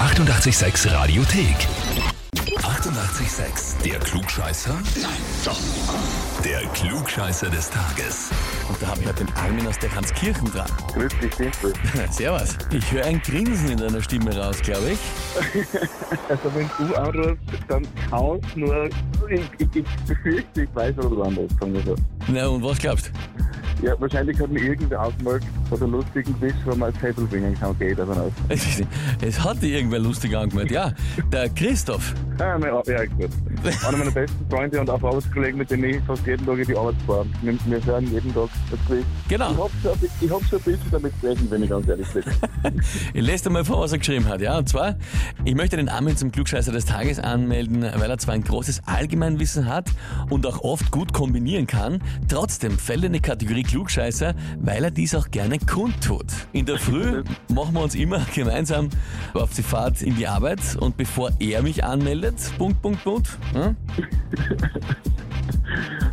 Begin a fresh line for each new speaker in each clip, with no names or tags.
886 Radiothek. 88,6. Der Klugscheißer? Nein, doch. Der Klugscheißer des Tages.
Und da haben wir den Armin aus der Hanskirchen dran.
Grüß dich, Dimpel.
Servus. Ich höre ein Grinsen in deiner Stimme raus, glaube ich.
Also wenn du anrufst, dann kannst nur, ich, ich, ich befürchte, ich weiß, wo du anrufst. sagen wir so.
Na, und was glaubst
Ja, wahrscheinlich hat mir irgendwer ausgemalt, was einen lustigen Witz, wo man als Zettel bringen kann, gehe ich davon aus.
Es, es hat dir irgendwer lustig angemeint. Ja, der Christoph.
Ah, mein, ja, gut. Einer meiner besten Freunde und auch Arbeitskollegen, mit denen ich fast jeden Tag in die Arbeit fahre. Wir, wir hören jeden Tag das Quiz. Ich
Genau.
hab schon, ich hab schon ein bisschen damit gerechnet, wenn ich ganz ehrlich bin.
Ich lese dir mal vor, was er geschrieben hat. Ja, und zwar, ich möchte den Armin zum Klugscheißer des Tages anmelden, weil er zwar ein großes Allgemeinwissen hat und auch oft gut kombinieren kann, trotzdem fällt er in die Kategorie Klugscheißer, weil er dies auch gerne kundtut. In der Früh machen wir uns immer gemeinsam auf die Fahrt in die Arbeit und bevor er mich anmeldet, Punkt, Punkt, Punkt, hm? ja,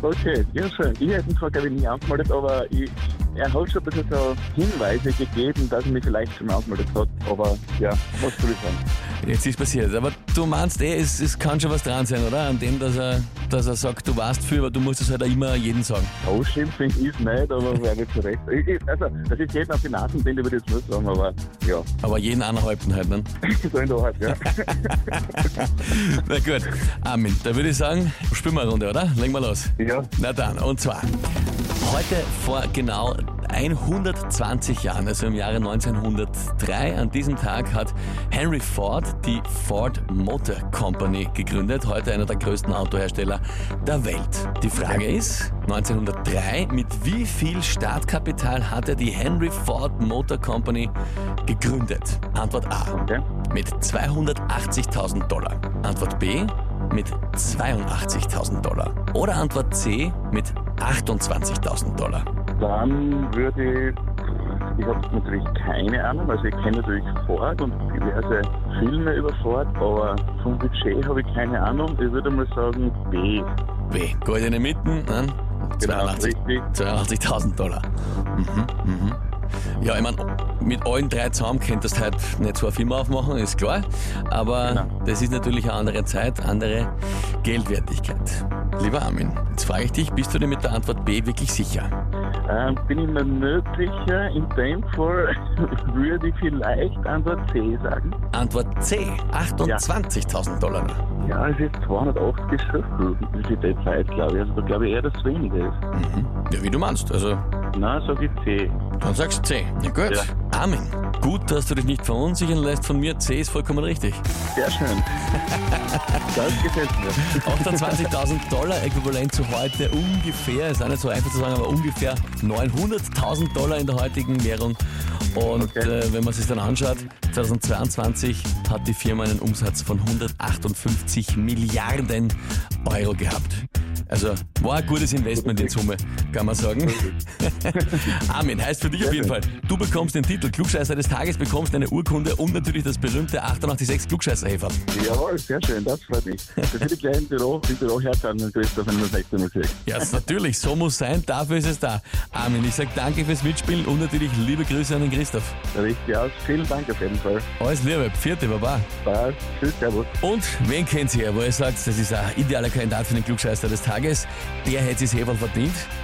Okay, ja schön. Ich hätte ihn zwar, glaube ich, nie angemeldet, aber ich, er hat schon ein bisschen so Hinweise gegeben, dass er mich vielleicht schon mal angemeldet hat. Aber ja, was soll ich sagen?
jetzt ist passiert. Aber du meinst eh, es, es kann schon was dran sein, oder? An dem, dass er, dass er sagt, du warst viel, aber du musst es halt auch immer jedem sagen.
Ausschimpfen ist nicht, aber wäre zu Recht. Ich, ich, also, das ist jedem auf die Nasen, den würde ich jetzt nicht sagen, aber ja,
Aber jeden anhalten halt, ne?
so in der Art, ja.
Na gut, Armin, da würde ich sagen, spielen wir eine Runde, oder? Legen wir los.
ja.
Na dann, und zwar, heute vor genau 120 Jahren, also im Jahre 1903, an diesem Tag hat Henry Ford die Ford Motor Company gegründet, heute einer der größten Autohersteller der Welt. Die Frage ist, 1903, mit wie viel Startkapital hatte die Henry Ford Motor Company gegründet? Antwort A
Okay.
mit 280.000 Dollar. Antwort B mit 82.000 Dollar. Oder Antwort C mit 28.000 Dollar.
Dann würde ich, ich habe natürlich keine Ahnung, also ich kenne natürlich Ford und diverse Filme über Ford, aber vom Budget habe ich keine Ahnung. Ich würde mal sagen B.
B. Goldene Mitten, nein,
Genau,
82
richtig.
82.000 Dollar. Mhm, mhm. Ja, ich meine, mit allen drei zusammen könntest du halt nicht so eine Firma aufmachen, ist klar. Aber
Genau.
das ist natürlich eine andere Zeit, andere Geldwertigkeit. Lieber Armin, jetzt frage ich dich, bist du dir mit der Antwort B wirklich sicher?
Ähm, bin ich mir nicht sicher, in dem Fall würde ich vielleicht Antwort C sagen.
Antwort C, 28.000 Dollar.
Ja, es ist 280 Schöffel in der Zeit, glaube ich. Also da glaube ich eher, dass es weniger ist.
Ja, wie du meinst. Also,
Nein, sage ich C.
dann sagst du C. Na gut.
Ja.
Armin, gut, dass du dich nicht verunsichern lässt von mir. C ist vollkommen richtig.
Sehr schön. Das gefällt mir.
28.000 Dollar äquivalent zu heute ungefähr, ist auch nicht so einfach zu sagen, aber ungefähr 900.000 Dollar in der heutigen Währung. Und
Okay.
äh, wenn man sich dann anschaut, 2022 hat die Firma einen Umsatz von 158 Milliarden Euro gehabt. Also war ein gutes Investment in Summe, kann man sagen. Armin, heißt für dich auf jeden Fall, du bekommst den Titel Klugscheißer des Tages, bekommst eine Urkunde und natürlich das berühmte 886 Klugscheißer-Häferl.
Jawohl, sehr schön, das freut mich. Das würde ich gleich im Büro, im Büro herfahren, wenn Christoph, wenn ich das nächste Mal sehe.
Ja, s- natürlich, so muss sein, dafür ist es da. Armin, ich sag danke fürs Mitspielen und natürlich liebe Grüße an den Christoph.
Richtig aus. Vielen Dank auf jeden Fall.
Alles Liebe, vierte Baba.
Spaß. Tschüss, Servus.
Und wen kennt ihr, wo ihr sagt, das ist ein idealer Kandidat für den Klugscheißer des Tages, der hätte es Heberl verdient?